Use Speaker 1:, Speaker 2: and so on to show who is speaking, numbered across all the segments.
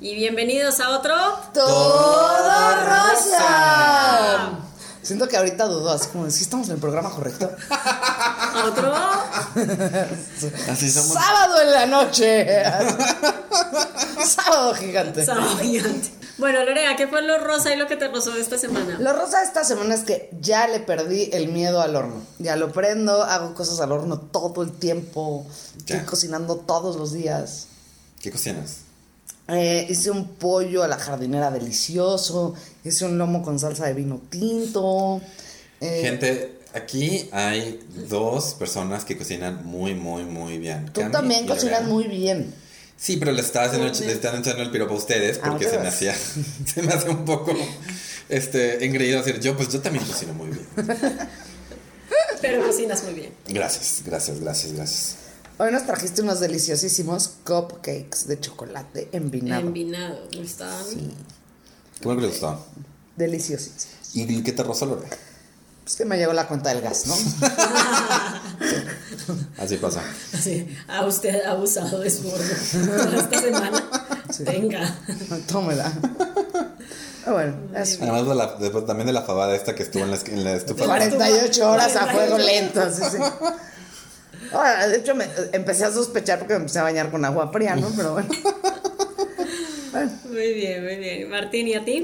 Speaker 1: Y bienvenidos a otro.
Speaker 2: Todo
Speaker 1: rosa.
Speaker 2: rosa. ah. Siento que ahorita dudó, así como, si estamos en el programa correcto.
Speaker 1: A otro.
Speaker 3: Así somos.
Speaker 2: Sábado en la noche. Sábado gigante.
Speaker 1: sábado gigante. Bueno, Lorea, ¿qué fue lo rosa y lo que te rozó esta semana?
Speaker 2: Lo rosa de esta semana es que ya le perdí el miedo al horno. Ya lo prendo, hago cosas al horno todo el tiempo.
Speaker 3: Ya.
Speaker 2: Estoy cocinando todos los días.
Speaker 3: ¿Qué cocinas?
Speaker 2: Eh, hice un pollo a la jardinera delicioso. Hice un lomo con salsa de vino tinto. Eh,
Speaker 3: Gente, aquí hay dos personas que cocinan muy, muy, muy bien.
Speaker 2: Tú
Speaker 3: Cami
Speaker 2: también
Speaker 3: y
Speaker 2: cocinas
Speaker 3: Lorena.
Speaker 2: muy bien.
Speaker 3: Sí, pero le, estaba haciendo el-
Speaker 1: Muy bien.
Speaker 3: le están echando el piropo a ustedes
Speaker 2: Ah,
Speaker 3: porque se me
Speaker 2: ustedes.
Speaker 3: hacía, se me hace un poco este, engreído decir yo, pues yo también cocino muy bien.
Speaker 1: Pero cocinas muy bien.
Speaker 3: Gracias, gracias, gracias, gracias.
Speaker 2: Hoy nos trajiste unos deliciosísimos cupcakes de chocolate envinado.
Speaker 1: Envinado. ¿no están?
Speaker 3: Qué bueno que le gustó.
Speaker 2: Deliciosísimos.
Speaker 3: ¿Y qué te rozó Lore?
Speaker 2: Pues que me llegó la cuenta del gas, ¿no?
Speaker 3: Así pasa.
Speaker 1: Así, a usted ha abusado de su horno esta semana. Venga.
Speaker 2: Tómela. Ah, bueno, es
Speaker 3: Además de la- de- también de la fabada esta que estuvo en la, esqu- en la estufa.
Speaker 2: 48 horas a
Speaker 1: 48.
Speaker 2: fuego lento. sí, sí. Ahora, de hecho, me- empecé a sospechar porque me empecé a bañar con agua fría, ¿no? Pero bueno.
Speaker 1: Muy bien, muy bien. Martín, ¿y a ti?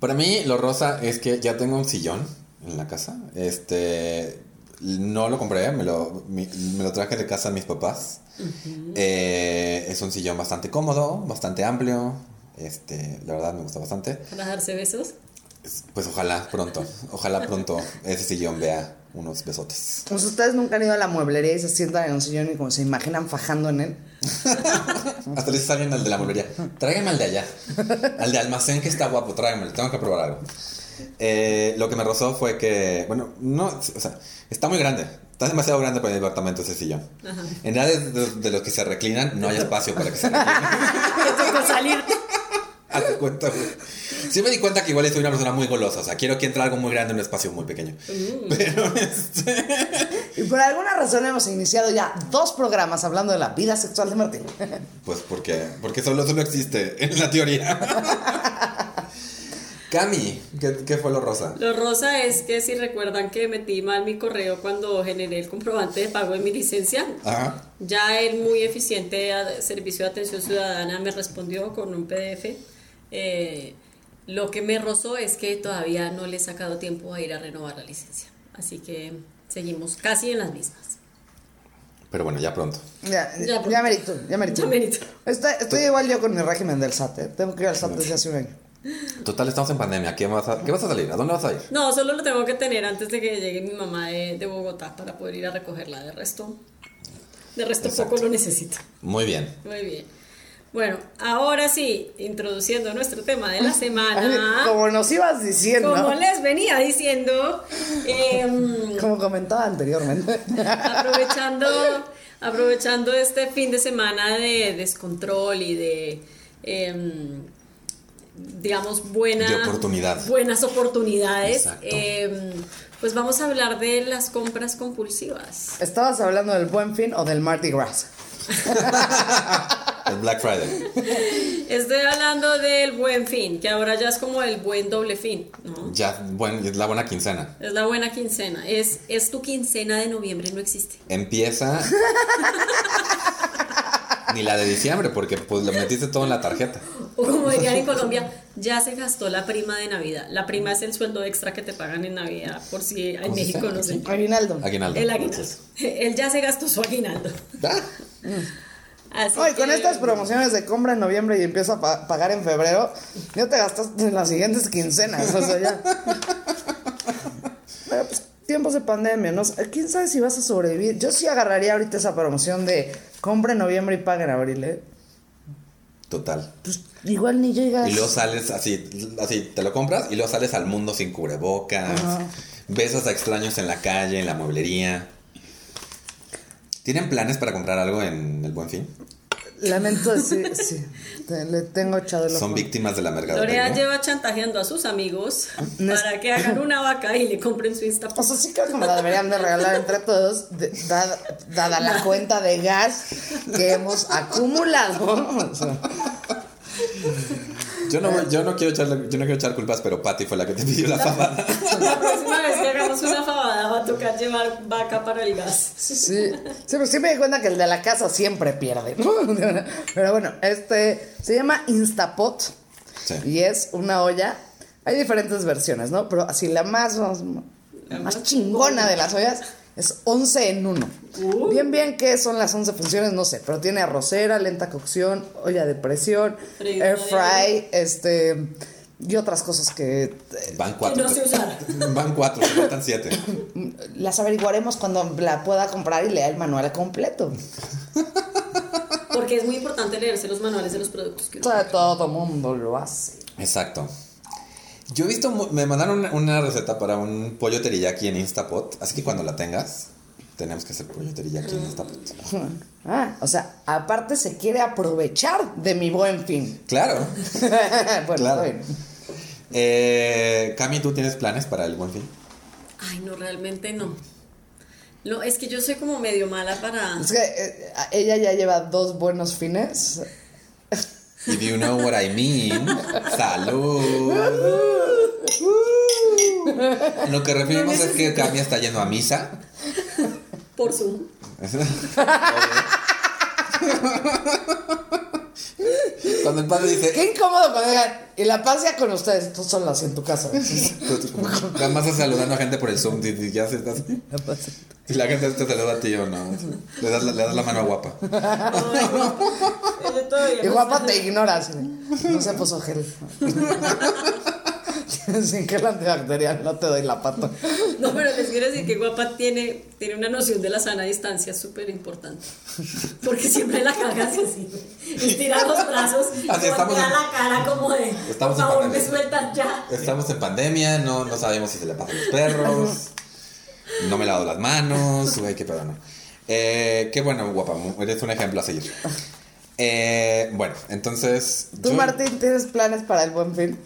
Speaker 3: Para mí, lo rosa es que ya tengo un sillón en la casa. Este. No lo compré, me lo, mi- me lo traje de casa de mis papás. Eh, es un sillón bastante cómodo, bastante amplio. Este, la verdad me gusta bastante.
Speaker 1: ¿Para darse besos?
Speaker 3: Es- Pues ojalá pronto, ojalá pronto ese sillón vea unos besotes.
Speaker 2: Pues ustedes nunca han ido a la mueblería y se sientan en un sillón y como se imaginan fajando en él.
Speaker 3: Hasta le dices a alguien al de la mueblería, tráigame al de allá, al de almacén que está guapo, tráigame, tengo que probar algo. Eh, lo que me rozó fue que, bueno, no, o sea, está muy grande, está demasiado grande para mi departamento ese sillón. En realidad, de, de los que se reclinan, no hay espacio para que se reclinen.
Speaker 1: Con salirte.
Speaker 3: Haz de cuenta, güey. Sí me di cuenta que igual soy una persona muy golosa, o sea, quiero que entre algo muy grande en un espacio muy pequeño.
Speaker 1: Mm.
Speaker 2: Y por alguna razón hemos iniciado ya dos programas hablando de la vida sexual de Martín.
Speaker 3: Pues porque, porque solo eso no existe en la teoría. Cami, ¿qué, qué fue lo rosa?
Speaker 1: Lo rosa es que si recuerdan que metí mal mi correo cuando generé el comprobante de pago de mi licencia,
Speaker 3: Ajá.
Speaker 1: Ya el muy eficiente a- Servicio de Atención Ciudadana me respondió con un PDF. Eh, lo que me rozó es que todavía no le he sacado tiempo a ir a renovar la licencia. Así que seguimos casi en las mismas.
Speaker 3: Pero bueno, ya pronto.
Speaker 2: Ya,
Speaker 1: Ya,
Speaker 2: ya,
Speaker 1: pues.
Speaker 2: merito, ya merito.
Speaker 1: Ya merito.
Speaker 2: Está- estoy igual yo con mi régimen del SAT. ¿eh? Tengo que ir al SAT desde hace un año.
Speaker 3: Total, estamos en pandemia. ¿Qué vas a, qué vas a salir? ¿A dónde vas a ir?
Speaker 1: No, solo lo tengo que tener antes de que llegue mi mamá de, de Bogotá para poder ir a recogerla. De resto, de resto
Speaker 3: Exacto.
Speaker 1: poco lo necesito.
Speaker 3: Muy bien.
Speaker 1: Muy bien. Bueno, ahora sí, introduciendo nuestro tema de la semana.
Speaker 2: Como nos ibas diciendo,
Speaker 1: Como les venía diciendo, em,
Speaker 2: como comentaba anteriormente.
Speaker 1: aprovechando, aprovechando este fin de semana de descontrol y de, em, digamos, buena-
Speaker 3: De oportunidad.
Speaker 1: buenas oportunidades,
Speaker 3: Exacto.
Speaker 1: em, pues vamos a hablar de las compras compulsivas.
Speaker 2: ¿Estabas hablando del Buen Fin o del Mardi Gras?
Speaker 3: El Black Friday.
Speaker 1: Estoy hablando del buen fin, que ahora ya es como el buen doble fin, ¿no?
Speaker 3: Ya, bueno, es la buena quincena.
Speaker 1: Es la buena quincena, es, es tu quincena de noviembre, no existe.
Speaker 3: Empieza. Ni la de diciembre, porque pues lo metiste todo en la tarjeta.
Speaker 1: O como dirían en Colombia, ya se gastó la prima de Navidad. La prima es el sueldo extra que te pagan en Navidad, por si en
Speaker 2: Pues
Speaker 3: ¿Cómo se
Speaker 1: México
Speaker 3: llama?
Speaker 1: no sé.
Speaker 2: Aguinaldo.
Speaker 3: Aguinaldo.
Speaker 1: El aguinaldo.
Speaker 3: Entonces,
Speaker 1: Él ya se gastó su aguinaldo.
Speaker 3: ah,
Speaker 1: Así
Speaker 2: Ay, con
Speaker 1: que-
Speaker 2: estas promociones de compra en noviembre y empiezo a pa- pagar en febrero, ya te gastaste en las siguientes quincenas, o sea, ya. Pero pues, tiempos de pandemia, ¿no? ¿Quién sabe si vas a sobrevivir? Yo sí agarraría ahorita esa promoción de compra en noviembre y paga en abril, ¿eh?
Speaker 3: Total.
Speaker 2: Pues igual ni llegas.
Speaker 3: Y luego sales así, así, te lo compras y luego sales al mundo sin cubrebocas. Besas a extraños en la calle, en la mueblería. ¿Tienen planes para comprar algo en el buen fin?
Speaker 2: Lamento decir, sí, te- le tengo echado el ojo.
Speaker 3: Son víctimas de la mercadería.
Speaker 1: Lorea lleva chantajeando a sus amigos
Speaker 2: Ah, No es-
Speaker 1: para que hagan una vaca y le compren su Insta.
Speaker 2: O sea, sí creo que me la deberían de regalar entre todos, de- dada, dada la cuenta de gas que hemos acumulado. O sea,
Speaker 3: Yo no, yo no quiero echarle- yo no quiero echar culpas, pero Patty fue la que te pidió la fabada.
Speaker 1: La próxima vez que hagamos una fabada va a tocar llevar vaca para el gas.
Speaker 2: Sí, sí, pero sí me di cuenta que el de la casa siempre pierde. ¿no? Pero bueno, este se llama Instapot
Speaker 3: Sí.
Speaker 2: y es una olla. Hay diferentes versiones, ¿no? Pero así la más, más, la más chingona de las ollas es 11 en 1.
Speaker 1: Uh.
Speaker 2: Bien, bien, ¿qué son las 11 funciones? No sé, pero tiene arrocera, lenta cocción, olla de presión,
Speaker 1: Freidora.
Speaker 2: air fry, este. Y otras cosas que eh,
Speaker 3: Van
Speaker 1: Que
Speaker 3: cuatro. pues.
Speaker 1: no se usara.
Speaker 3: Van cuatro, se faltan siete.
Speaker 2: mm, las averiguaremos cuando la pueda comprar y lea el manual completo.
Speaker 1: Porque es muy importante leerse los manuales de los productos que uno.
Speaker 2: Todo, todo mundo lo hace.
Speaker 3: Exacto. Yo he visto, mu- me mandaron una, una receta para un pollo teriyaki en Instapot, así que cuando la tengas, tenemos que hacer pollo teriyaki en Instapot.
Speaker 2: Ah, o sea, aparte se quiere aprovechar de mi buen fin.
Speaker 3: Claro.
Speaker 2: bueno,
Speaker 3: Claro.
Speaker 2: bueno.
Speaker 3: Eh, Cami, ¿tú tienes planes para el buen fin?
Speaker 1: Ay, no, realmente no. No, es que yo soy como medio mala para.
Speaker 2: Es que eh, ella ya lleva dos buenos fines.
Speaker 3: If you know what I mean. Salud. Lo que referimos es que Cami está yendo a misa.
Speaker 1: Por Zoom.
Speaker 3: Cuando el padre dice,
Speaker 2: Qué incómodo cuando digan, y la pasea con ustedes, tú solas en tu casa.
Speaker 3: nada más estás saludando a gente por el Zoom, y- y ya se estás.
Speaker 2: La pasea.
Speaker 3: Y la gente te saluda a ti o no. Le das, la- le das la mano a guapa.
Speaker 1: Ella todavía
Speaker 2: y
Speaker 1: no
Speaker 2: guapa
Speaker 1: está-
Speaker 2: te ignora, así de, no se puso gel. Sin gel antibacterial, no te doy la pata.
Speaker 1: No, pero les quiero decir que guapa tiene, tiene una noción de la sana distancia súper importante. Porque siempre la cagas así. Estira los brazos y
Speaker 3: Así
Speaker 1: voltea
Speaker 3: estamos en-
Speaker 1: la cara como de.
Speaker 3: Estamos
Speaker 1: por
Speaker 3: en
Speaker 1: favor, me
Speaker 3: pandemia".
Speaker 1: sueltas ya.
Speaker 3: Estamos en pandemia, no, no sabemos si se le pasan los perros. No me lavo las manos. Uy, qué pedo, no. Eh, qué bueno, guapa. mu- Eres un ejemplo a seguir. Eh, bueno, entonces.
Speaker 2: Tú,
Speaker 3: yo,
Speaker 2: Martín, ¿tienes planes para el buen fin?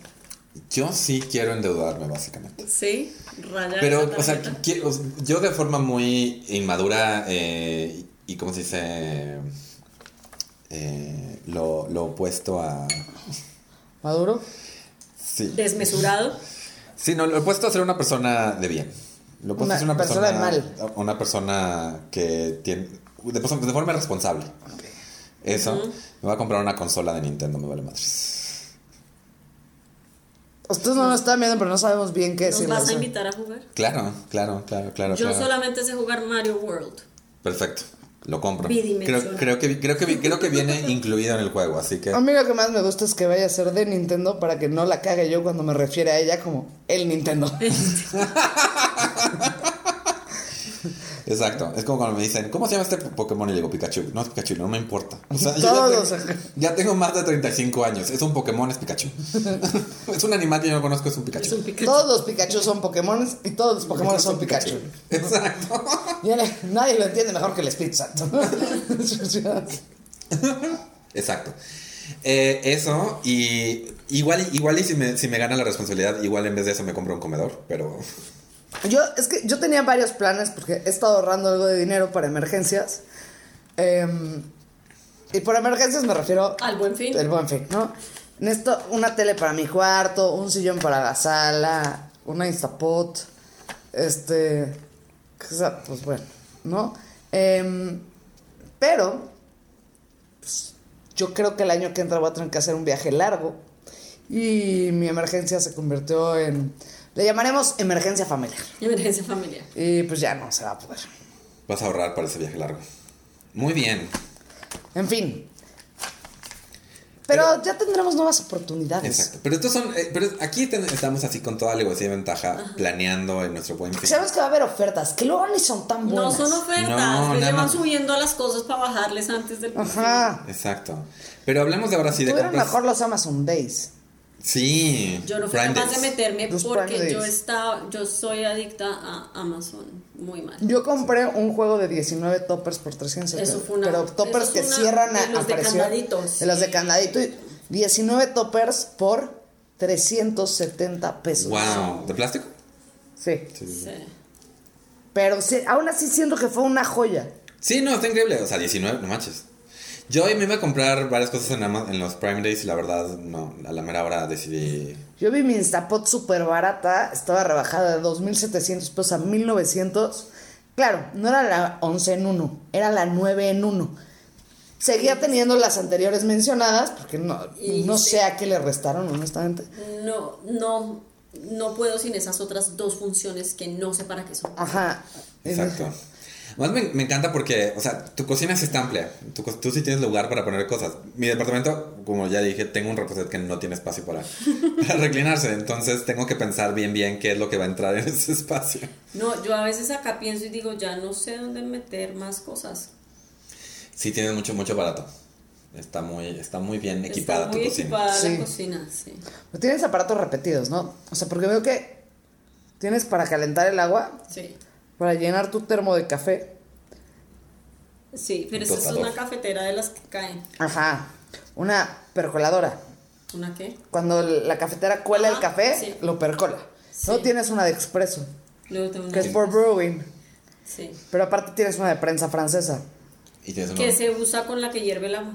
Speaker 3: yo sí quiero endeudarme, básicamente.
Speaker 1: Sí, rayar.
Speaker 3: Pero,
Speaker 1: esa
Speaker 3: o sea,
Speaker 1: tarjeta.
Speaker 3: qui- o sea, yo de forma muy inmadura eh, y, como se dice, Eh, lo, lo opuesto a.
Speaker 2: ¿Maduro?
Speaker 3: Sí.
Speaker 1: desmesurado.
Speaker 3: Sí, no, lo opuesto a ser una persona de bien. Lo opuesto
Speaker 2: Una
Speaker 3: a ser una persona,
Speaker 2: persona de mal.
Speaker 3: Una persona que tiene. De, pues, de forma responsable. Eso. Me va a comprar una consola de Nintendo, me vale madres.
Speaker 2: Ustedes no nos están viendo, pero no sabemos bien qué
Speaker 1: ¿Nos
Speaker 2: decirles.
Speaker 1: vas a
Speaker 2: ¿eh?
Speaker 1: invitar a jugar?
Speaker 3: Claro, claro, claro, claro.
Speaker 1: Yo
Speaker 3: claro.
Speaker 1: solamente sé jugar Mario World.
Speaker 3: Perfecto. Lo compro.
Speaker 1: Bidimensional.
Speaker 3: Creo, creo, que, creo, que, creo que viene incluido en el juego, así que.
Speaker 2: A mí lo que más me gusta es que vaya a ser de Nintendo para que no la cague yo cuando me refiere a ella como el Nintendo.
Speaker 3: Exacto. Es como cuando me dicen, ¿cómo se llama este Pokémon? Y le digo Pikachu. No es Pikachu, no me importa. O sea, ya,
Speaker 2: Todos.
Speaker 3: tengo, ya tengo más de 35 años. Es un Pokémon, es Pikachu. es un animal que yo no conozco, es un Pikachu.
Speaker 1: Es un Pikachu.
Speaker 2: Todos los Pikachu son Pokémon y todos los Pokémon son Pikachu.
Speaker 3: Exacto.
Speaker 2: Y él- nadie lo entiende mejor que el Espíritu Santo.
Speaker 3: Exacto. Eh, eso, y igual, igual y si me, si me gana la responsabilidad, igual en vez de eso me compro un comedor, pero
Speaker 2: Yo, es que yo tenía varios planes porque he estado ahorrando algo de dinero para emergencias. Em, y por emergencias me refiero
Speaker 1: Al buen fin.
Speaker 2: El buen fin, ¿no? Necesito una tele para mi cuarto, un sillón para la sala, una instapot, este, o sea, pues bueno, ¿no? Em, pero pues, yo creo que el año que entra voy a tener que hacer un viaje largo y mi emergencia se convirtió en, le llamaremos emergencia familiar
Speaker 1: Emergencia familiar.
Speaker 2: y pues ya no se va a poder.
Speaker 3: vas a ahorrar para ese viaje largo. Muy bien.
Speaker 2: En fin. Pero,
Speaker 3: Pero-
Speaker 2: ya tendremos nuevas oportunidades.
Speaker 3: Exacto. Pero estos son, eh, pero aquí ten- estamos así con toda alevosía y ventaja, planeando en nuestro buen fin.
Speaker 2: Sabes que va a haber ofertas que luego ni son tan
Speaker 1: No
Speaker 2: buenas.
Speaker 1: son ofertas,
Speaker 3: No,
Speaker 1: que
Speaker 3: nada
Speaker 1: le van
Speaker 3: más.
Speaker 1: subiendo las cosas para bajarles antes del
Speaker 2: Ajá.
Speaker 3: Exacto. Pero hablemos de ahora sí de
Speaker 2: Tuvieron
Speaker 3: compras.
Speaker 2: mejor los Amazon Days.
Speaker 3: Sí.
Speaker 1: Yo no fui
Speaker 3: Prime
Speaker 1: capaz de
Speaker 3: Days.
Speaker 1: meterme
Speaker 2: Los Prime
Speaker 1: porque yo
Speaker 2: Days.
Speaker 1: estaba, yo soy adicta a Amazon muy mal.
Speaker 2: Yo compré un juego de 19 toppers por 300
Speaker 1: Eso fue una-
Speaker 2: Pero toppers
Speaker 1: eso
Speaker 2: que
Speaker 1: es una-
Speaker 2: cierran a
Speaker 1: de los de
Speaker 2: apareció-
Speaker 1: candaditos.
Speaker 2: De los de candadito. y 19 toppers por 370 pesos.
Speaker 3: Wow. ¿De plástico?
Speaker 2: Sí.
Speaker 1: Sí.
Speaker 2: Pero sí, aún así siento que fue una joya.
Speaker 3: Sí, no, está increíble. O sea, 19, no manches. Yo hoy me iba a comprar varias cosas en, Amazon, en los Prime Days y la verdad, no, a la mera hora decidí.
Speaker 2: Yo vi mi Instapot súper barata, estaba rebajada de 2.700 pesos a 1.900. Claro, no era la 11 en 1, era la 9 en 1. Seguía teniendo las anteriores mencionadas, porque no,
Speaker 1: Y
Speaker 2: no
Speaker 1: se-
Speaker 2: sé a qué le restaron, honestamente.
Speaker 1: No, no, no puedo sin esas otras dos funciones que no sé para qué son.
Speaker 2: Ajá.
Speaker 3: Exacto. Más me, me encanta porque, o sea, tu cocina sí está amplia. Tu co- tú sí tienes lugar para poner cosas. Mi departamento, como ya dije, tengo un reposet que no tiene espacio para, para reclinarse. Entonces tengo que pensar bien, bien qué es lo que va a entrar en ese espacio.
Speaker 1: No, yo a veces acá pienso y digo, ya no sé dónde meter más cosas.
Speaker 3: Sí, tienes mucho, mucho barato. Está muy, está muy bien equipada
Speaker 1: Está muy
Speaker 3: tu cocina.
Speaker 1: equipada
Speaker 2: Sí.
Speaker 1: la cocina, sí.
Speaker 2: Pero tienes aparatos repetidos, ¿no? O sea, porque veo que tienes para calentar el agua,
Speaker 1: Sí.
Speaker 2: para llenar tu termo de café.
Speaker 1: Sí, pero esa es
Speaker 3: Tostador.
Speaker 1: una cafetera de las que caen.
Speaker 2: Ajá. Una percoladora.
Speaker 1: ¿Una qué?
Speaker 2: Cuando la cafetera cuela el
Speaker 1: Ajá,
Speaker 2: café,
Speaker 1: sí.
Speaker 2: lo percola. No
Speaker 1: Sí.
Speaker 2: tienes una de expreso,
Speaker 1: Luego tengo
Speaker 2: que
Speaker 1: una.
Speaker 2: es por brewing.
Speaker 1: Sí.
Speaker 2: Pero aparte tienes una de prensa francesa.
Speaker 3: Y tienes uno-
Speaker 1: Que se usa con la que hierve el agua.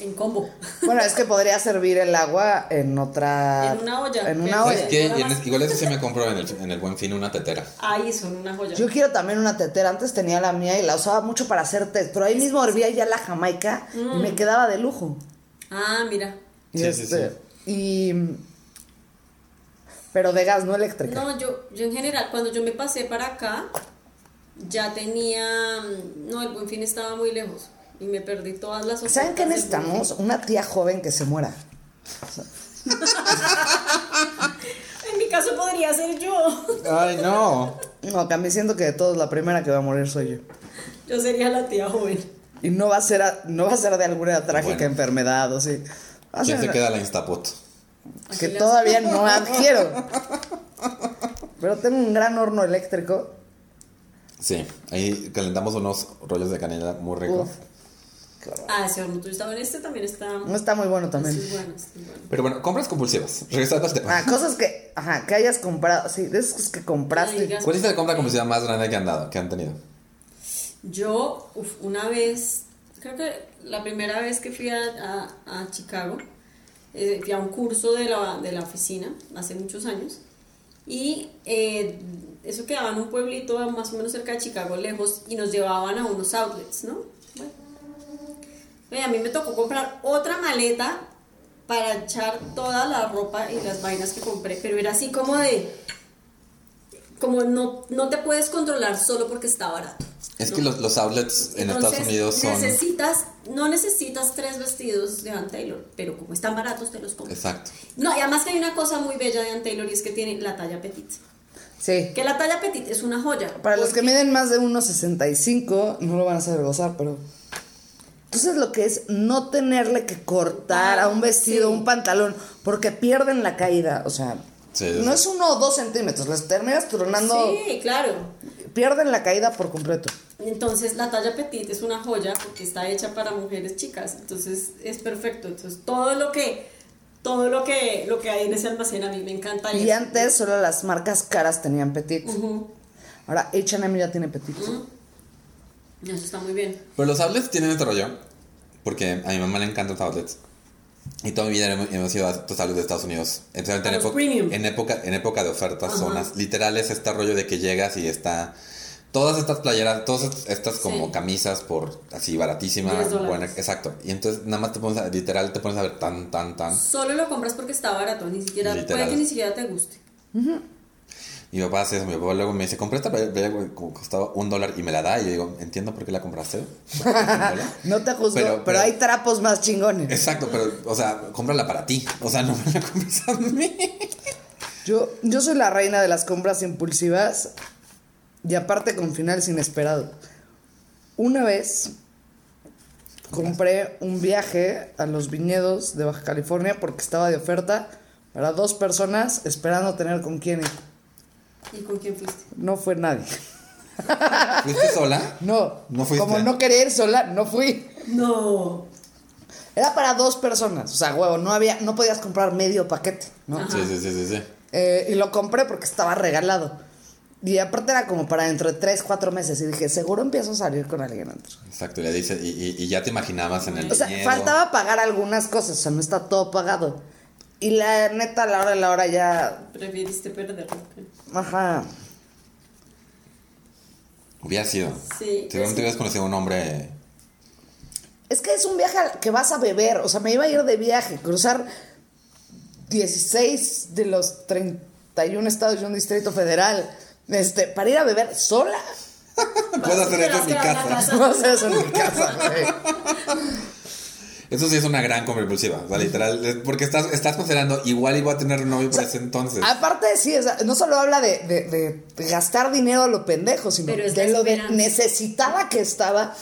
Speaker 1: En combo.
Speaker 2: Bueno, es que podría servir el agua en otra.
Speaker 1: En una olla.
Speaker 2: En
Speaker 1: ¿Qué?
Speaker 2: una
Speaker 3: ¿Sabes
Speaker 2: olla.
Speaker 3: qué?
Speaker 1: Nada
Speaker 3: Y en
Speaker 1: más.
Speaker 3: es- igual eso sí me compro en el, en el buen fin una tetera.
Speaker 1: Ay, son una joya.
Speaker 2: Yo quiero también una tetera. Antes tenía la mía y la usaba mucho para hacer té. Pero ahí mismo hervía ya la jamaica
Speaker 1: Mm.
Speaker 2: y me quedaba de lujo.
Speaker 1: Ah, mira.
Speaker 2: Y
Speaker 3: Sí, sí,
Speaker 2: este, Y. Pero de gas, no eléctrica.
Speaker 1: No, yo, yo en general, cuando yo me pasé para acá, ya tenía. mm, No, el buen fin estaba muy lejos. Y me perdí todas las
Speaker 2: ¿Saben qué
Speaker 1: ofertas del Buen
Speaker 2: necesitamos? Una tía joven que se muera.
Speaker 1: Fin. En mi caso podría ser yo.
Speaker 3: Ay, no.
Speaker 2: No, que a mí siento que de todos la primera que va a morir soy yo.
Speaker 1: Yo sería la tía joven.
Speaker 2: Y no va a ser, a- no va a ser de alguna trágica
Speaker 3: Bueno.
Speaker 2: enfermedad o sí. Va a
Speaker 3: ¿Quién
Speaker 2: ser-
Speaker 3: se queda la Instapot?
Speaker 2: que
Speaker 1: Así le
Speaker 2: todavía no adquiero. Pero tengo un gran horno eléctrico.
Speaker 3: Sí, ahí calentamos unos rollos de canela muy ricos.
Speaker 2: Uf. Claro.
Speaker 1: Ah, ese horno tú estaba en este también está.
Speaker 2: No está muy bueno
Speaker 1: Sí,
Speaker 2: también.
Speaker 1: es bueno, sí, es bueno.
Speaker 3: Pero bueno, compras compulsivas. Regresando al tema.
Speaker 2: Ah, cosas que, ajá, que hayas comprado, sí, de esas que
Speaker 1: Ay,
Speaker 2: compraste.
Speaker 1: gas-
Speaker 3: ¿Cuál es la compra compulsiva más grande que han dado, que han tenido?
Speaker 1: Yo, uf, una vez, creo que la primera vez que fui a, a- a Chicago, eh, fui a un curso de la, de la oficina hace muchos años. Y eh, eso quedaba en un pueblito más o menos cerca de Chicago, lejos, y nos llevaban a unos outlets, ¿no? Bueno. Eh, a mí me tocó comprar otra maleta para echar toda la ropa y las vainas que compré, pero era así como de, como no, no te puedes controlar solo porque está barato.
Speaker 3: Es
Speaker 1: ¿no?
Speaker 3: que los, los outlets en Estados
Speaker 1: Entonces,
Speaker 3: Unidos son...
Speaker 1: Necesitas, no necesitas tres vestidos de Ann Taylor, pero como están baratos, te los compras.
Speaker 3: Exacto.
Speaker 1: No, y además que hay una cosa muy bella de Ann Taylor y es que tiene la talla petit.
Speaker 2: Sí.
Speaker 1: Que la talla petit es una joya.
Speaker 2: Para los que miden más de 1.65, no lo van a hacer gozar, pero. Entonces lo que es no tenerle que cortar a un vestido,
Speaker 1: Ah, Sí.
Speaker 2: un pantalón, porque pierden la caída. O sea,
Speaker 3: Sí, sí,
Speaker 2: no
Speaker 3: sí.
Speaker 2: es uno o dos centímetros, les terminas tronando,
Speaker 1: Sí, claro.
Speaker 2: pierden la caída por completo.
Speaker 1: Entonces la talla petit es una joya porque está hecha para mujeres chicas, entonces es perfecto. Entonces todo lo que todo lo que lo que hay en ese almacén a mí me encanta.
Speaker 2: Y
Speaker 1: eso.
Speaker 2: antes solo las marcas caras tenían petit.
Speaker 1: Ujú.
Speaker 2: Ahora H&M ya tiene petit.
Speaker 1: Eso está muy bien.
Speaker 3: Pero los outlets tienen este rollo, porque a mi mamá le encantan los outlets. Y toda mi vida hemos, hemos ido a estos outlets de Estados Unidos. Especialmente
Speaker 1: A
Speaker 3: en,
Speaker 1: los
Speaker 3: epo-
Speaker 1: premium.
Speaker 3: en época, en época de ofertas,
Speaker 1: Ajá.
Speaker 3: zonas. Literal es este rollo de que llegas y está... Todas estas playeras, todas estas como
Speaker 1: Sí.
Speaker 3: camisas por así baratísimas.
Speaker 1: 10 dólares.
Speaker 3: buena- exacto. Y entonces nada más te pones a, literal te pones a ver tan, tan, tan.
Speaker 1: Solo lo compras porque está barato, ni siquiera
Speaker 3: Literal.
Speaker 1: puede que ni siquiera te guste.
Speaker 3: Mi papá hace eso, mi papá luego me dice, compré esta playera güey, como costaba un dólar y me la da. Y yo digo, entiendo por qué la compraste. ¿Un dólar?
Speaker 2: No te juzgo,
Speaker 3: Pero-
Speaker 2: pero,
Speaker 3: pero-
Speaker 2: hay trapos más chingones.
Speaker 3: Exacto, pero, o sea, cómprala para ti. O sea, no me la compres a mí.
Speaker 2: Yo, yo soy la reina de las compras impulsivas y aparte con finales inesperados. Una vez compré un viaje a los viñedos de Baja California porque estaba de oferta para dos personas esperando tener con quién ir.
Speaker 1: ¿Y con quién fuiste?
Speaker 2: No fue nadie.
Speaker 3: ¿Fuiste sola?
Speaker 2: No,
Speaker 3: No fuiste.
Speaker 2: como no quería ir sola, no fui.
Speaker 1: No.
Speaker 2: Era para dos personas, o sea, huevo, no había, no podías comprar medio paquete, ¿no?
Speaker 3: Sí, sí, sí, sí, sí.
Speaker 2: Eh, y lo compré porque estaba regalado. Y aparte era como para dentro de 3, 4 meses. Y dije, seguro empiezo a salir con alguien otro.
Speaker 3: Exacto, y le dice, y, y- y ya te imaginabas en el
Speaker 2: O sea,
Speaker 3: miedo.
Speaker 2: faltaba pagar algunas cosas. O sea, no está todo pagado. Y la neta, a la hora de la hora ya.
Speaker 1: Prefiriste perderlo.
Speaker 2: Ajá.
Speaker 3: Hubiera sido.
Speaker 1: Sí, sí.
Speaker 3: Seguramente hubieras conocido a un hombre.
Speaker 2: Es que es un viaje al que vas a beber. O sea, me iba a ir de viaje, cruzar 16 de los 31 estados y un distrito federal. Este, para ir a beber sola.
Speaker 3: Puedes hacer
Speaker 1: Pero
Speaker 3: eso en
Speaker 1: es
Speaker 3: mi
Speaker 1: que va a la casa.
Speaker 3: casa.
Speaker 2: No sé, eso en mi casa, güey.
Speaker 3: Eso sí es una gran compulsiva. O sea, literal. es Porque estás, estás considerando igual iba a tener un novio para ese entonces.
Speaker 2: Aparte, sí, o sea, no solo habla de, de- de gastar dinero a lo pendejo, sino
Speaker 1: Pero es
Speaker 2: de
Speaker 1: la
Speaker 2: lo de
Speaker 1: esperanza.
Speaker 2: necesitada que estaba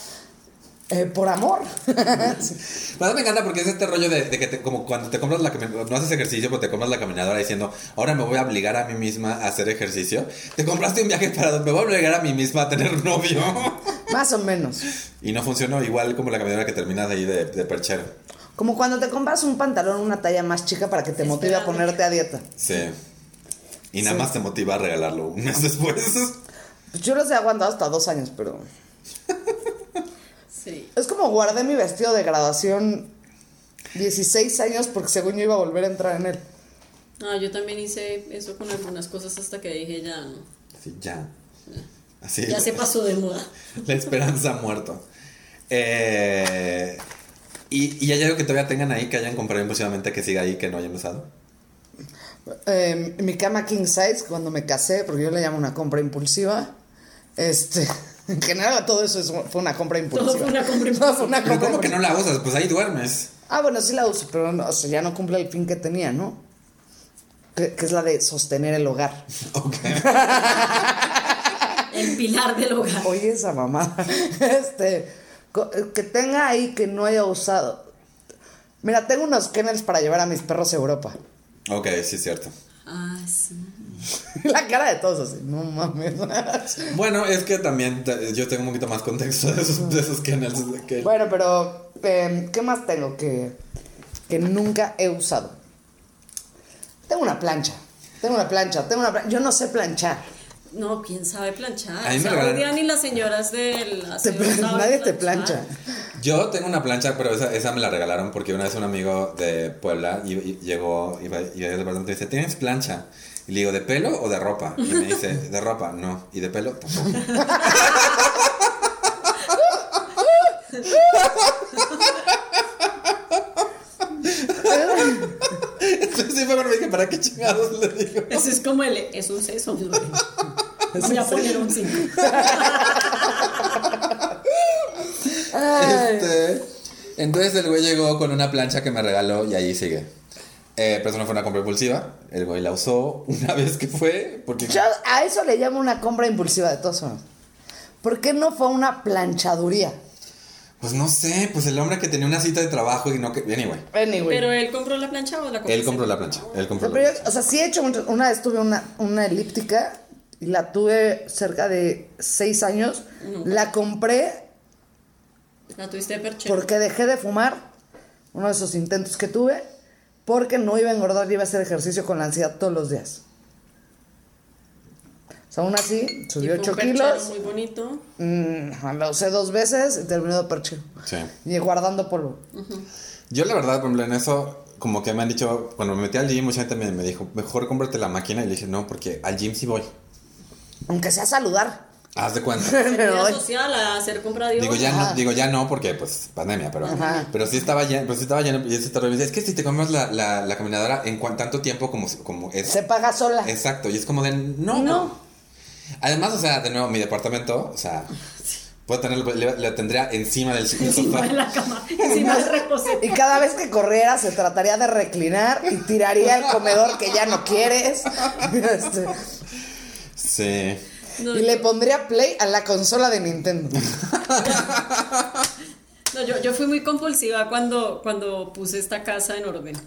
Speaker 2: eh, por amor.
Speaker 3: Más me encanta porque es este rollo de, de que te- como cuando te compras la caminadora, no haces ejercicio, pero te compras la caminadora diciendo, ahora me voy a obligar a mí misma a hacer ejercicio. Te compraste un viaje para me voy a obligar a mí misma a tener novio.
Speaker 2: Más o menos.
Speaker 3: Y no funcionó igual como la caminadora que terminas ahí de, de perchero.
Speaker 2: Como cuando te compras un pantalón, una talla más chica para que te motive a ponerte a dieta.
Speaker 3: Sí. Y nada
Speaker 2: Sí.
Speaker 3: más te motiva a regalarlo un mes después.
Speaker 2: Pues yo los he aguantado hasta dos años, pero.
Speaker 1: Sí.
Speaker 2: Es como guardé mi vestido de graduación 16 años porque según yo iba a volver a entrar en él.
Speaker 1: No, Ah, yo también hice eso con algunas cosas hasta que dije ya no.
Speaker 3: Sí, ya. Así
Speaker 1: Ya se pasó de moda.
Speaker 3: La esperanza ha muerto. Eh, y, y hay algo que todavía tengan ahí que hayan comprado impulsivamente que siga ahí que no hayan usado.
Speaker 2: Eh, mi cama king size cuando me casé, porque yo le llamo una compra impulsiva. Este, en general todo eso es un- fue una compra impulsiva.
Speaker 1: fue una compra
Speaker 2: Todo fue una
Speaker 3: Pero
Speaker 2: compra
Speaker 3: ¿cómo que no la usas? Pues ahí duermes.
Speaker 2: impulsiva. Ah, bueno, sí la uso, pero no, o sea, ya no cumple el fin que tenía, ¿no? Que, que es la de sostener el hogar.
Speaker 3: Ok.
Speaker 1: El pilar del hogar.
Speaker 2: Oye, esa mamá. Este, co- que tenga ahí que no haya usado. Mira, tengo unos kennels para llevar a mis perros a Europa.
Speaker 3: Ok, sí es cierto.
Speaker 1: Ah, sí.
Speaker 2: La cara de todos así, no mames.
Speaker 3: Bueno, es que también te- yo tengo un poquito más contexto de esos, de esos canales. de que-
Speaker 2: Bueno, pero em, ¿qué más tengo que, que nunca he usado? Tengo una plancha. Tengo una plancha, tengo una plancha. Yo no sé planchar.
Speaker 1: Ah, No, quién sabe planchar.
Speaker 3: A mí me
Speaker 1: O sea,
Speaker 3: regalaron-
Speaker 1: hoy día ni las señoras del
Speaker 2: Te
Speaker 1: aseo
Speaker 2: plan-
Speaker 1: saben
Speaker 2: nadie te
Speaker 1: planchar.
Speaker 2: plancha.
Speaker 3: Yo tengo una plancha, pero esa, esa me la regalaron porque una vez un amigo de Puebla y, y llegó y, va- y el departamento y dice, ¿tienes plancha? Y le digo, ¿de pelo o de ropa? Y me dice, de ropa, no. Y de pelo, tampoco. Entonces sí, me dije, ¿para qué chingados le digo?
Speaker 1: Eso es como el. Es un seso. mi rey. Voy a poner un cinco.
Speaker 2: Ay.
Speaker 3: Este, entonces el güey llegó con una plancha que me regaló y ahí sigue. Eh, pero eso no fue una compra impulsiva. El güey la usó una vez que fue. Porque
Speaker 2: Yo a eso le llamo una compra impulsiva de todos modos. ¿Por qué no fue una planchaduría?
Speaker 3: Pues no sé, pues el hombre que tenía una cita de trabajo y no que. Anyway,
Speaker 2: Anyway.
Speaker 1: Pero él compró la plancha o la compró.
Speaker 3: él compró la plancha. Él
Speaker 2: O
Speaker 3: compró la
Speaker 2: sea, pero
Speaker 3: plancha.
Speaker 2: yo- o sea, sí he hecho mucho- Una vez tuve una, una elíptica y la tuve cerca de seis años. La compré
Speaker 1: La tuviste de perche.
Speaker 2: porque dejé de fumar, uno de esos intentos que tuve, porque no iba a engordar y iba a hacer ejercicio con la ansiedad todos los días. O sea, aún así,
Speaker 1: Y
Speaker 2: subí
Speaker 1: fue un
Speaker 2: 8
Speaker 1: perchero
Speaker 2: kilos,
Speaker 1: Muy bonito.
Speaker 2: mm, la usé dos veces y terminó de perchero.
Speaker 3: Sí.
Speaker 2: Y guardando polvo.
Speaker 3: Yo, la verdad, por ejemplo, en eso, como que me han dicho, cuando me metí al gym, mucha gente me, me dijo, mejor cómprate la máquina. Y le dije, no, porque al gym sí voy.
Speaker 2: Aunque sea saludar.
Speaker 3: Haz de cuenta.
Speaker 1: Vida
Speaker 2: Pero,
Speaker 1: social a hacer compra de
Speaker 3: Digo
Speaker 1: oro.
Speaker 3: ya,
Speaker 2: Ajá.
Speaker 3: no, digo ya no, porque pues pandemia, pero,
Speaker 2: Ajá.
Speaker 3: pero sí estaba lleno, pero sí estaba lleno. Y ese terror me dice, es que si te compras la, la, la caminadora en cuan- tanto tiempo como, como es.
Speaker 2: se paga sola.
Speaker 3: Exacto, y es como de no.
Speaker 1: No.
Speaker 3: Además, o sea, de nuevo, mi departamento, o sea, puedo tenerlo, le, le tendría encima del del
Speaker 1: Encima de
Speaker 3: sofá.
Speaker 1: la cama. Encima del reposero.
Speaker 2: Y cada vez que corriera se trataría de reclinar y tiraría el comedor que ya no quieres. Este,
Speaker 3: Sí.
Speaker 1: No,
Speaker 2: y le pondría play a la consola de Nintendo.
Speaker 1: no, yo, yo fui muy compulsiva cuando, cuando puse esta casa en orden.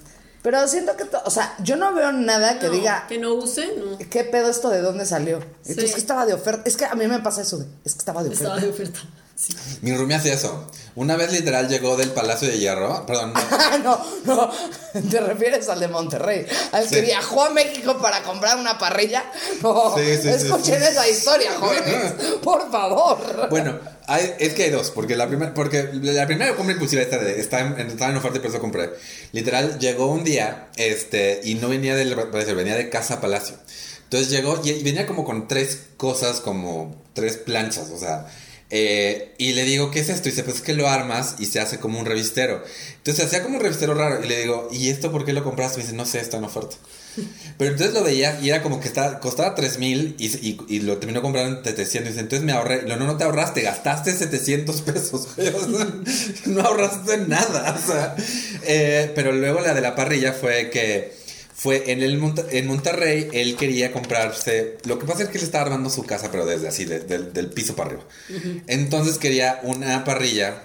Speaker 2: Pero siento que, to- o sea, yo no veo nada que
Speaker 1: No,
Speaker 2: diga,
Speaker 1: Que no use, no.
Speaker 2: ¿qué pedo esto de dónde salió? Y tú,
Speaker 1: Sí.
Speaker 2: es que estaba de oferta. Es que a mí me pasa eso de, es que estaba de oferta.
Speaker 1: Estaba de oferta.
Speaker 3: Mi roomie hace eso. Una vez literal llegó del Palacio de Hierro, perdón, no,
Speaker 2: Ah, no, no. ¿Te refieres al de Monterrey? Al que
Speaker 3: Sí.
Speaker 2: viajó a México para comprar una parrilla. No,
Speaker 3: Sí, sí, sí,
Speaker 2: escuchen
Speaker 3: sí.
Speaker 2: esa historia, jóvenes. Por favor.
Speaker 3: Bueno, hay- es que hay dos, porque la primera, porque la primera compra impulsiva esta de- está en, estaba en oferta y por eso compré. Literal, llegó un día, este, y no venía del palacio, venía de Casa Palacio. Entonces llegó y, y venía como con tres cosas, como tres planchas, o sea. eh, y le digo, ¿qué es esto? Y dice, pues es que lo armas y se hace como un revistero. Entonces se hacía como un revistero raro. Y le digo, ¿y esto por qué lo compraste? Y me dice, no sé, está en oferta. Pero entonces lo veía y era como que estaba, costaba 3 mil y, y, y lo terminó comprando en 700. Y dice, entonces me ahorré. Y Lo, no, no te ahorraste, gastaste 700 pesos. güey. O sea, no ahorraste nada. O sea, eh, pero luego la de la parrilla fue que fue en, el Monta- en Monterrey. Él quería comprarse. Lo que pasa es que él estaba armando su casa, pero desde así, de- del- del piso para arriba. Entonces quería una parrilla.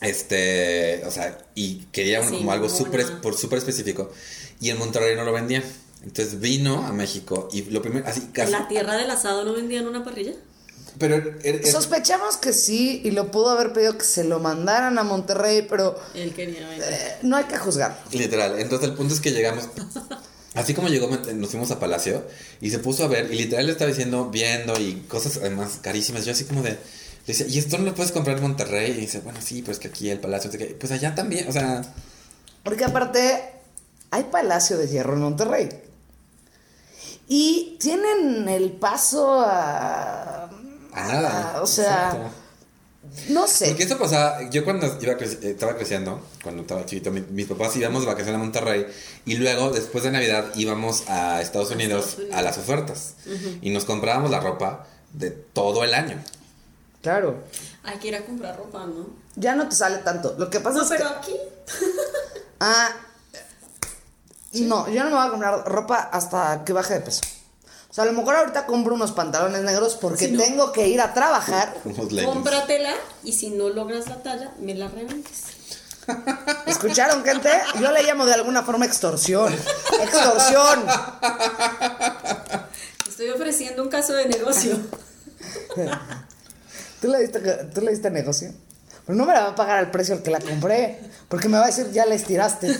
Speaker 3: Este, o sea, y quería un-
Speaker 1: Sí,
Speaker 3: como algo
Speaker 1: una-
Speaker 3: súper es- por súper específico. Y en Monterrey no lo vendía. Entonces vino a México y lo primero, así
Speaker 1: ¿En
Speaker 3: casi.
Speaker 1: la tierra del asado no vendían una parrilla?
Speaker 3: Pero er- er- er-
Speaker 2: Sospechamos que sí y lo pudo haber pedido que se lo mandaran a Monterrey, pero
Speaker 1: Él quería vender.
Speaker 2: eh, no hay que juzgar.
Speaker 3: literal. Entonces el punto es que llegamos. Así como llegó, me- nos fuimos a Palacio y se puso a ver. Y literal le estaba diciendo, viendo y cosas además carísimas. Yo así como de. Le decía, ¿y esto no lo puedes comprar en Monterrey? Y dice, bueno, sí, pero es que aquí el Palacio. no sé qué". Pues allá también, o sea.
Speaker 2: Porque aparte, hay Palacio de Hierro en Monterrey. Y tienen el paso a...
Speaker 3: A nada.
Speaker 2: Ah, o sea,
Speaker 3: exacto.
Speaker 2: No sé.
Speaker 3: Porque eso pasaba, yo cuando iba cre- eh, estaba creciendo, cuando estaba chiquito, mi- mis papás íbamos de vacaciones a Monterrey y luego después de Navidad íbamos a Estados Unidos,
Speaker 1: Estados Unidos.
Speaker 3: a las ofertas y nos comprábamos la ropa de todo el año.
Speaker 2: Claro.
Speaker 1: Hay que ir a comprar ropa, ¿no?
Speaker 2: Ya no te sale tanto. Lo que pasa
Speaker 1: No,
Speaker 2: es que...
Speaker 1: pero aquí.
Speaker 2: Ah, no, yo no me voy a comprar ropa hasta que baje de peso. O sea, a lo mejor ahorita compro unos pantalones negros porque
Speaker 1: Sí, no.
Speaker 2: tengo que ir a trabajar.
Speaker 3: Unos leggings.
Speaker 1: Cómpratela y si no logras la talla, me la revendes.
Speaker 2: ¿Escucharon, gente? Yo le llamo de alguna forma extorsión. Extorsión.
Speaker 1: Estoy ofreciendo un caso de negocio.
Speaker 2: ¿Tú le diste, tú le diste negocio? Pero no me la va a pagar al precio al que la compré. Porque me va a decir, ya la estiraste.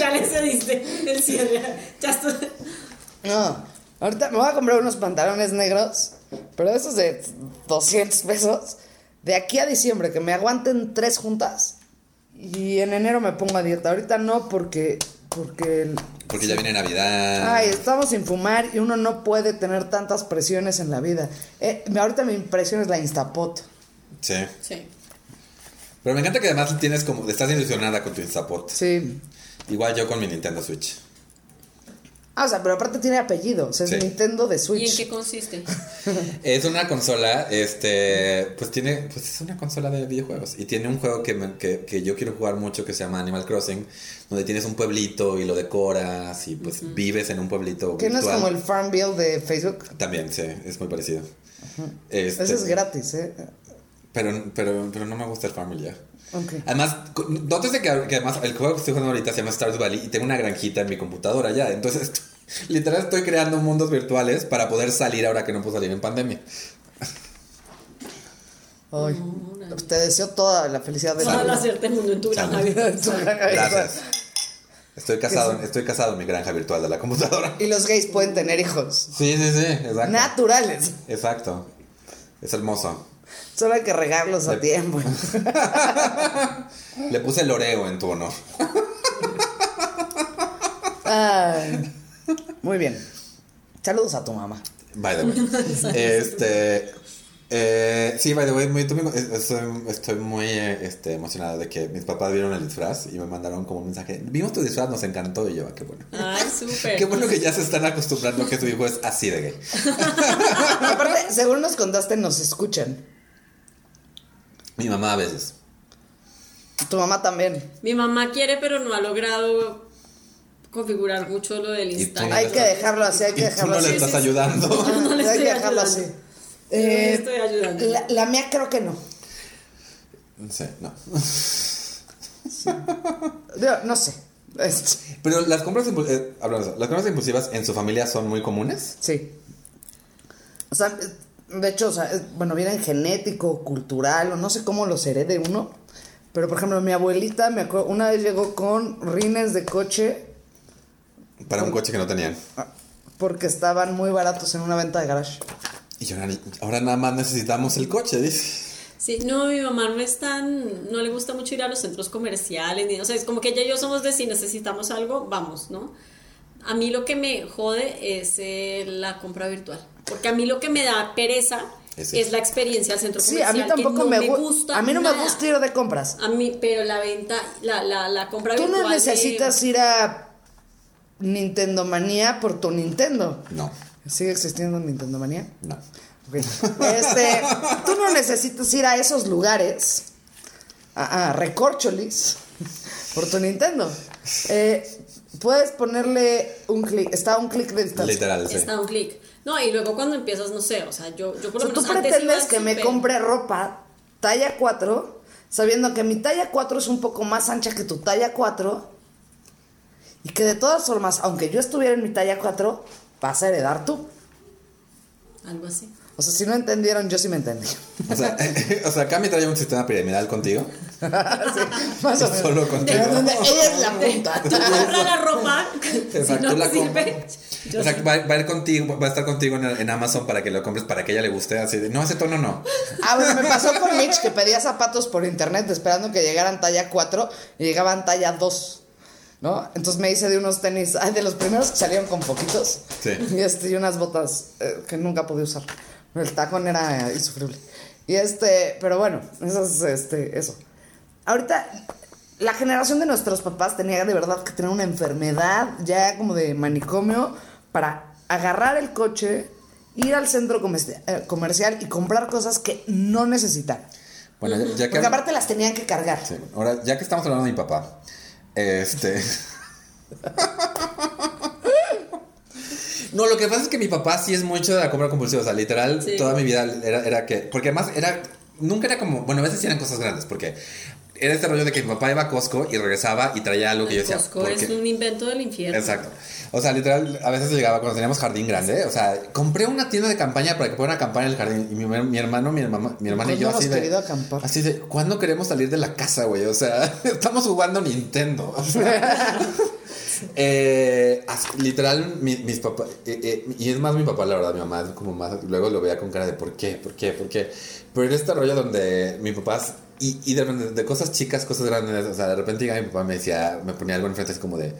Speaker 1: ya le cediste el cierre. Ya estoy-
Speaker 2: No. Ahorita me voy a comprar unos pantalones negros, pero esos de 200 pesos. De aquí a diciembre, que me aguanten tres juntas. Y en enero me pongo a dieta. Ahorita no, porque. Porque.
Speaker 3: Porque ya viene Navidad.
Speaker 2: Ay, estamos sin fumar y uno no puede tener tantas presiones en la vida. Eh, ahorita mi impresión es la Instapot.
Speaker 3: Sí.
Speaker 1: Sí.
Speaker 3: Pero me encanta que además tienes como, estás ilusionada con tu Instapot.
Speaker 2: Sí.
Speaker 3: Igual yo con mi Nintendo Switch.
Speaker 2: Ah, o sea, pero aparte tiene apellido. O sea, es
Speaker 3: Sí.
Speaker 2: Nintendo de
Speaker 1: ¿Y en
Speaker 2: Switch.
Speaker 1: qué consiste?
Speaker 3: Es una consola, este, pues tiene, pues es una consola de videojuegos y tiene un juego que, me- que, que yo quiero jugar mucho que se llama Animal Crossing, donde tienes un pueblito y lo decoras y pues vives en un pueblito
Speaker 2: Que no es
Speaker 3: virtual.
Speaker 2: como el Farm Bill de Facebook.
Speaker 3: También, sí, es muy parecido. Este,
Speaker 2: Ese es gratis, ¿eh?
Speaker 3: Pero, pero, pero no me gusta el Farmville ya.
Speaker 2: Ok.
Speaker 3: Además, co- notas de que, que además el juego que estoy jugando ahorita se llama Stardew Valley y tengo una granjita en mi computadora ya, entonces literal estoy creando mundos virtuales para poder salir ahora que no puedo salir en pandemia.
Speaker 2: Ay, te deseo toda la felicidad del
Speaker 1: Toda
Speaker 2: mundo.
Speaker 1: la suerte del mundo en tu gran
Speaker 3: Salud.
Speaker 1: Navidad.
Speaker 3: Gracias. Estoy casado, estoy casado en mi granja virtual de la computadora.
Speaker 2: Y los gays pueden tener hijos
Speaker 3: Sí, sí, sí, exacto.
Speaker 2: naturales.
Speaker 3: Exacto. Es hermoso.
Speaker 2: Solo hay que regarlos a
Speaker 3: Sí.
Speaker 2: tiempo.
Speaker 3: Le puse el oreo en tu honor.
Speaker 2: Ay, Muy bien. Saludos a tu mamá.
Speaker 3: By the way. este. eh, sí, by the way, muy, también estoy, estoy muy eh, este, emocionado de que mis papás vieron el disfraz y me mandaron como un mensaje. Vimos tu disfraz, nos encantó y yo, "Ah, qué bueno.
Speaker 1: Ay, súper.
Speaker 3: Qué bueno que ya se están acostumbrando que tu hijo es así de gay.
Speaker 2: Aparte, según nos contaste, nos escuchan.
Speaker 3: Mi mamá a veces.
Speaker 2: Tu mamá también.
Speaker 1: Mi mamá quiere, pero no ha logrado configurar mucho lo del
Speaker 3: tú no
Speaker 1: Instagram.
Speaker 2: Hay que dejarlo así, hay que
Speaker 3: Y tú
Speaker 2: dejarlo
Speaker 3: no le
Speaker 1: Sí,
Speaker 2: así.
Speaker 3: estás
Speaker 1: sí, sí.
Speaker 3: ayudando.
Speaker 1: No le
Speaker 2: Hay
Speaker 1: estoy
Speaker 2: que dejarlo
Speaker 1: ayudando.
Speaker 2: así.
Speaker 1: Yo no le
Speaker 2: Eh,
Speaker 1: estoy ayudando.
Speaker 2: La, la mía creo que no.
Speaker 3: Sí, no.
Speaker 2: Digo, no sé. Este,
Speaker 3: Pero las compras, impu- eh, hablando de eso, las compras impulsivas en su familia son muy comunes.
Speaker 2: Sí. O sea, de hecho, o sea, es- bueno, vienen genético, cultural, o no sé cómo los herede uno. Pero, por ejemplo, mi abuelita me acuerdo, una vez llegó con rines de coche
Speaker 3: Para un coche que no tenían.
Speaker 2: ah, porque estaban muy baratos en una venta de garage.
Speaker 3: Y yo, ahora- ahora nada más necesitamos el coche, dice.
Speaker 1: Sí, no, mi mamá no es tan, no le gusta mucho ir a los centros comerciales, ni, o sea, es como que ella y yo somos de si necesitamos algo, vamos, ¿no? A mí lo que me jode es eh, la compra virtual, porque a mí lo que me da pereza
Speaker 3: Es
Speaker 1: es,
Speaker 3: eso.
Speaker 1: la experiencia al centro
Speaker 2: Sí, a
Speaker 1: Pues comercial.
Speaker 2: mí tampoco
Speaker 1: que no
Speaker 2: me, gu-
Speaker 1: gusta.
Speaker 2: A mí no me
Speaker 1: nada.
Speaker 2: gusta ir de compras.
Speaker 1: A mí, pero la venta, la, la, la compra
Speaker 2: Tú
Speaker 1: virtual.
Speaker 2: no
Speaker 1: de-
Speaker 2: necesitas ir a Nintendo Manía por tu Nintendo.
Speaker 3: No,
Speaker 2: ¿Sigue existiendo Nintendo Manía?
Speaker 3: no.
Speaker 2: Ok. Este, tú no necesitas ir a esos lugares, a, a recorcholis, por tu Nintendo. Eh, puedes ponerle un clic, está a un clic de distancia.
Speaker 3: Literal, sí.
Speaker 1: Está a un clic. No, y luego cuando empiezas, no sé, o sea, yo, yo
Speaker 2: O
Speaker 1: por lo
Speaker 2: sea, tú
Speaker 1: menos antes iba
Speaker 2: pretendes
Speaker 1: al
Speaker 2: que me
Speaker 1: súper.
Speaker 2: compre ropa talla 4, sabiendo que mi talla 4 es un poco más ancha que tu talla 4, y que de todas formas, aunque yo estuviera en mi talla 4, vas a heredar tú.
Speaker 1: Algo así.
Speaker 2: O sea, si no entendieron, yo sí me entendí.
Speaker 3: O sea, o sea, Cami trae un sistema piramidal contigo.
Speaker 2: Más o
Speaker 3: Solo
Speaker 2: menos.
Speaker 3: contigo.
Speaker 2: Pero donde Ella es la punta.
Speaker 1: Tú compras la ropa, si
Speaker 3: Exacto,
Speaker 1: no
Speaker 3: la
Speaker 1: te sirve.
Speaker 3: compra.
Speaker 1: yo
Speaker 3: O sea, va, va a ir contigo, va a estar contigo en, en Amazon para que lo compres para que a ella le guste. Así de, no, ese tono no.
Speaker 2: Ah, bueno, me pasó con Mitch que pedía zapatos por internet esperando que llegaran talla 4 y llegaban talla 2. ¿No? Entonces me hice de unos tenis, ay, de los primeros que salieron con poquitos.
Speaker 3: Sí.
Speaker 2: Y, este, y unas botas eh, que nunca pude usar. El tacón era eh, insufrible. Y este, pero bueno, eso es este, eso. Ahorita, la generación de nuestros papás tenía de verdad que tener una enfermedad ya como de manicomio para agarrar el coche, ir al centro comerci- eh, comercial y comprar cosas que no necesitaban.
Speaker 3: Bueno, ya, ya que.
Speaker 2: Porque aparte las tenían que cargar.
Speaker 3: Sí, ahora, ya que estamos hablando de mi papá, este. No, lo que pasa es que mi papá sí es mucho de la compra compulsiva. O sea, literal,
Speaker 1: Sí.
Speaker 3: toda mi vida era, era que. Porque además era. Nunca era como. Bueno, a veces sí eran cosas grandes, porque era este rollo de que mi papá iba a Costco y regresaba y traía algo que yo
Speaker 1: El
Speaker 3: decía.
Speaker 1: Costco
Speaker 3: ¿por
Speaker 1: es
Speaker 3: qué?
Speaker 1: un invento del infierno.
Speaker 3: Exacto. O sea, literal, a veces llegaba cuando teníamos jardín grande. O sea, compré una tienda de campaña para que puedan acampar en el jardín. Y mi, mi hermano, mi, hermana, mi hermana y
Speaker 2: ¿Cuándo
Speaker 3: yo
Speaker 2: Pues hemos
Speaker 3: así de,
Speaker 2: querido acampar?
Speaker 3: así de, ¿cuándo queremos salir de la casa, güey? O sea, estamos jugando Nintendo. O sea, eh, as- literal, mi- mis papás. eh, eh, y es más mi papá, la verdad, mi mamá es como más. Luego lo veía con cara de ¿por qué? ¿Por qué? ¿Por qué? Pero era este rollo donde mi papá. es- Y, y de, repente, de cosas chicas, cosas grandes. O sea, de repente llega mi papá y me decía, me ponía algo enfrente, así como de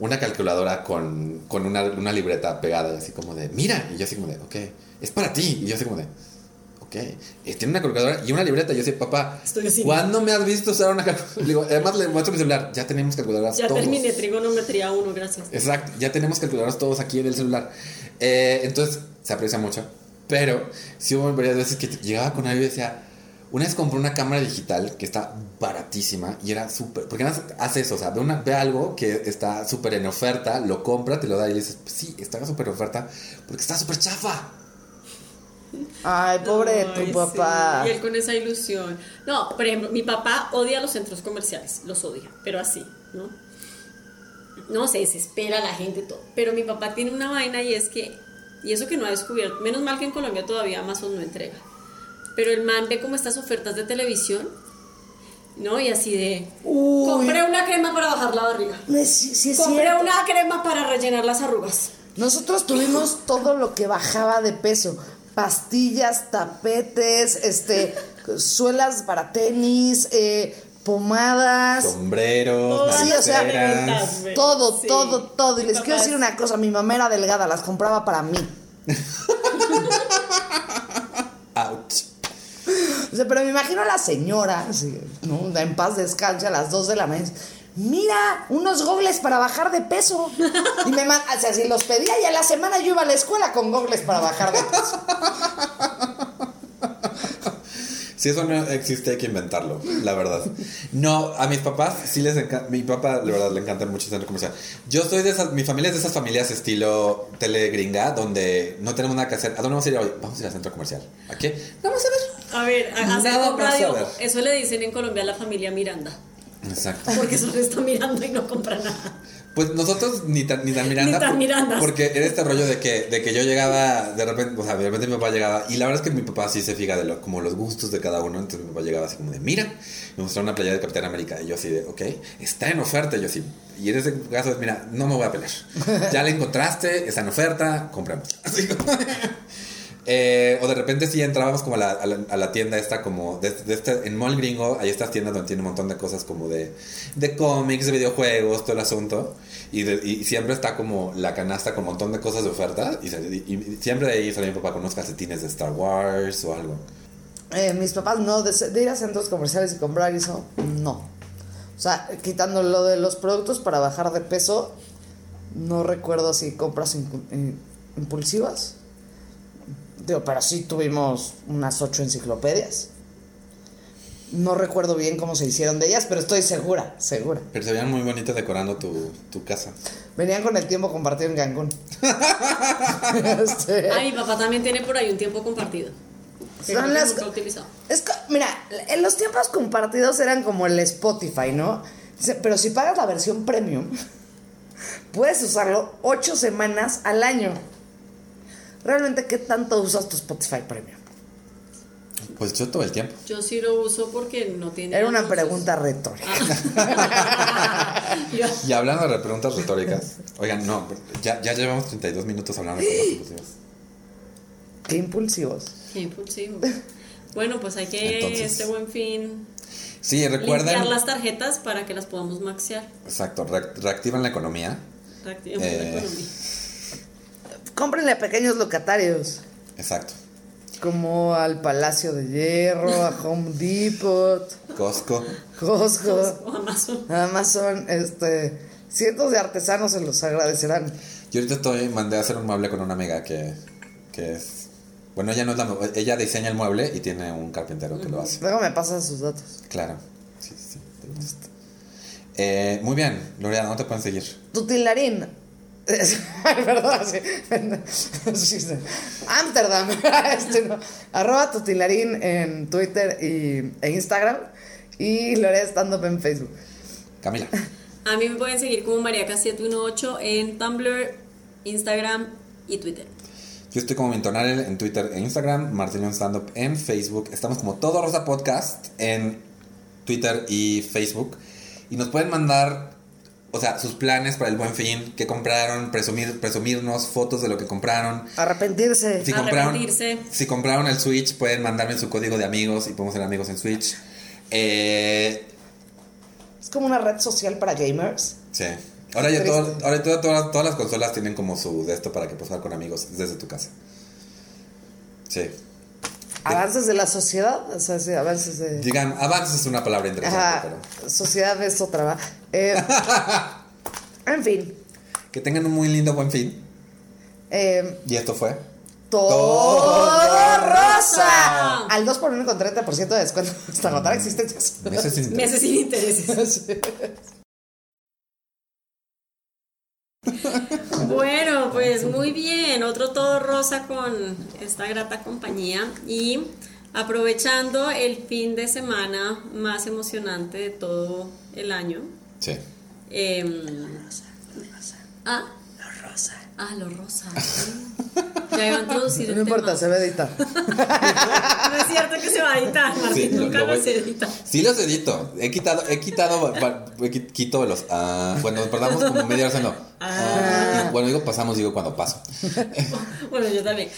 Speaker 3: una calculadora con, con una, una libreta pegada, así como de, mira, y yo así como de, ok, es para ti, y yo así como de, ok, eh, tiene una calculadora y una libreta, y yo así, papá,
Speaker 1: Estoy así.
Speaker 3: ¿cuándo me has visto usar una calculadora? Digo, además le muestro mi celular, ya tenemos calculadoras
Speaker 1: Ya
Speaker 3: todos.
Speaker 1: terminé trigonometría 1, gracias.
Speaker 3: Exacto, ya tenemos calculadoras todos aquí en el celular. Eh, entonces, se aprecia mucho. Pero sí hubo varias veces que llegaba con algo y decía, una vez compré una cámara digital que está baratísima y era súper... Porque nada más hace eso, o sea, ve, una, ve algo que está súper en oferta, lo compra, te lo da y le dices, sí, está en súper oferta porque está súper chafa.
Speaker 2: Ay, pobre
Speaker 1: Ay,
Speaker 2: tu
Speaker 1: sí,
Speaker 2: papá.
Speaker 1: Y él con esa ilusión. No, por ejemplo, mi papá odia los centros comerciales, los odia, pero así, ¿no? No, se desespera la gente y todo. Pero mi papá tiene una vaina y es que, y eso que no ha descubierto, menos mal que en Colombia todavía Amazon no entrega. Pero el man ve como estas ofertas de televisión, ¿no? Y así de,
Speaker 2: Uy,
Speaker 1: compré una crema para bajar la barriga.
Speaker 2: no es- sí- sí es
Speaker 1: Compré
Speaker 2: cierto.
Speaker 1: una crema para rellenar las arrugas.
Speaker 2: Nosotros tuvimos todo lo que bajaba de peso. Pastillas, tapetes, este, suelas para tenis, eh, pomadas.
Speaker 3: Sombreros,
Speaker 2: Sí, o sea,
Speaker 3: nariceras.
Speaker 1: Sí.
Speaker 2: Todo, todo, todo. Y
Speaker 1: Mi
Speaker 2: les quiero
Speaker 1: papá
Speaker 2: decir
Speaker 1: es-
Speaker 2: una cosa, mi mamá era delgada, las compraba para mí.
Speaker 3: Ouch.
Speaker 2: O sea, pero me imagino a la señora, así, ¿no? en paz descanse, a las 2 de la mañana. Mira, unos gogles para bajar de peso. Y me man- o sea, si los pedía y a la semana yo iba a la escuela con gogles para bajar de peso.
Speaker 3: Si eso no existe, hay que inventarlo, la verdad. No, a mis papás sí les encanta. Mi papá, la verdad, le encanta mucho el centro comercial. Yo soy de esas. Mi familia es de esas familias estilo telegringa, donde no tenemos nada que hacer. ¿A dónde vamos a ir hoy? Vamos a ir al centro comercial. ¿A qué? Vamos a
Speaker 1: A ver, a- hacer
Speaker 3: Nada
Speaker 1: compra
Speaker 3: más
Speaker 1: de
Speaker 3: a
Speaker 1: ojo.
Speaker 3: ver.
Speaker 1: Eso le dicen en Colombia a la familia Miranda.
Speaker 3: ver. Exacto.
Speaker 1: Porque solo está mirando y no compra nada.
Speaker 3: Pues nosotros ni tan, ni tan Miranda.
Speaker 1: Ni tan
Speaker 3: por-
Speaker 1: Mirandas.
Speaker 3: Porque era este rollo de que, de que yo llegaba, de repente, o sea, de repente mi papá llegaba. Y la verdad es que mi papá sí se fija de lo, como los gustos de cada uno. Entonces mi papá llegaba así como de, mira, me mostró una playa de Capitán América. Y yo así de, ok, está en oferta. Y yo así, y en ese caso es, mira, no me voy a pelear. Ya la encontraste, está en oferta, compramos. Así como- Eh, o de repente sí entrábamos como a la, a la- a la tienda esta como de, de este- en Mall Gringo hay estas tiendas donde tiene un montón de cosas como de, de cómics, de videojuegos, todo el asunto y, de- y siempre está como la canasta con un montón de cosas de oferta y, sal- y- y siempre de ahí sale mi papá con unos calcetines de Star Wars o algo.
Speaker 2: Eh, mis papás no, de, de ir a centros comerciales y comprar eso, no. O sea, quitando lo de los productos para bajar de peso, no recuerdo si compras impu- eh, impulsivas. Digo, pero sí tuvimos unas ocho enciclopedias. No recuerdo bien cómo se hicieron de ellas, pero estoy segura, segura.
Speaker 3: Pero se veían muy bonitas decorando tu, tu casa.
Speaker 2: Venían con el tiempo compartido en Cancún. Este,
Speaker 1: Ah, mi papá también tiene por ahí un tiempo compartido. que
Speaker 2: Son
Speaker 1: creo que
Speaker 2: las-
Speaker 1: nunca he utilizado.
Speaker 2: Es co- mira, en los tiempos compartidos eran como el Spotify, ¿no? Dice, Pero si pagas la versión premium, puedes usarlo ocho semanas al año. Realmente, ¿qué tanto usas tu Spotify premium?
Speaker 3: Pues yo todo el tiempo.
Speaker 1: Yo sí lo uso porque no tiene.
Speaker 2: Era una
Speaker 1: anuncios.
Speaker 2: pregunta retórica.
Speaker 1: Yo-
Speaker 3: Y hablando de preguntas retóricas, oigan, no, ya, ya llevamos 32 minutos hablando de cosas impulsivas.
Speaker 2: Qué impulsivos.
Speaker 1: Qué impulsivo. Bueno, pues hay que
Speaker 3: Entonces-
Speaker 1: este buen fin
Speaker 3: Sí, recuerden.
Speaker 1: limpiar las tarjetas para que las podamos maxear.
Speaker 3: Exacto, react- reactivan la economía.
Speaker 1: Reactivemos
Speaker 3: Eh.
Speaker 1: la economía.
Speaker 2: Cómprenle a pequeños locatarios,
Speaker 3: Exacto.
Speaker 2: como al Palacio de Hierro, a Home Depot,
Speaker 3: Costco.
Speaker 2: Costco,
Speaker 1: O Amazon.
Speaker 2: Amazon, este, cientos de artesanos se los agradecerán.
Speaker 3: Yo ahorita estoy, mandé a hacer un mueble con una amiga que, que es. Bueno, ella no es la mu- ella diseña el mueble y tiene un carpintero que lo hace.
Speaker 2: Luego me pasan sus datos.
Speaker 3: Claro. Sí, sí, te gusta. Eh, muy bien, Lorea, ¿dónde te pueden seguir?
Speaker 2: Tutilarín. Ay, perdón, sí. Sí, sí. Amsterdam. Este, no. Arroba Tutilarín en Twitter y, e Instagram. Y Lorea Stand Up en Facebook.
Speaker 3: Camila.
Speaker 1: A mí me pueden seguir como Mariaca718 en Tumblr, Instagram y Twitter.
Speaker 3: Yo estoy como Mintonarel en Twitter e Instagram, Martín León Stand Up en Facebook. Estamos como Todo Rosa Podcast en Twitter y Facebook. Y nos pueden mandar, o sea, sus planes para el buen fin, qué compraron, presumir, presumirnos fotos de lo que compraron.
Speaker 2: Arrepentirse.
Speaker 3: Si compraron,
Speaker 1: Arrepentirse.
Speaker 3: si compraron el Switch, pueden mandarme su código de amigos y podemos ser amigos en Switch. Eh,
Speaker 2: Es como una red social para gamers.
Speaker 3: sí. Ahora ya
Speaker 2: Triste.
Speaker 3: todo, ahora todo- todas, todas las consolas tienen como su de esto para que puedas jugar con amigos desde tu casa. Sí.
Speaker 2: Avances de la sociedad. O sea, sí, avances de.
Speaker 3: Digan, avances es una palabra interesante,
Speaker 2: Ajá.
Speaker 3: pero.
Speaker 2: Sociedad es otra, ¿va? Eh, en fin.
Speaker 3: Que tengan un muy lindo buen fin.
Speaker 2: Eh,
Speaker 3: Y esto fue.
Speaker 2: Todo rosa.
Speaker 1: rosa.
Speaker 2: Al 2 por 1 con 30% de descuento hasta agotar existencias.
Speaker 3: Meses sin
Speaker 1: Meses sin intereses. Bueno, pues muy bien, otro todo rosa con esta grata compañía y aprovechando el fin de semana más emocionante de todo el año.
Speaker 3: Sí.
Speaker 1: em, ah, ah, lo rosa. sí. Ya iba a introducir el
Speaker 2: No importa,
Speaker 1: tema.
Speaker 2: se va a editar.
Speaker 1: No es cierto que se va a editar,
Speaker 3: Sí,
Speaker 1: Martín,
Speaker 3: lo-
Speaker 1: nunca
Speaker 3: lo
Speaker 1: lo
Speaker 3: voy-
Speaker 1: se edita.
Speaker 3: Sí los edito. He quitado, he quitado, pa- pa- he qui- quito los. ah, cuando nos perdamos como media hora haciendo. ah, y bueno, digo pasamos, digo cuando paso.
Speaker 1: Bueno, yo también.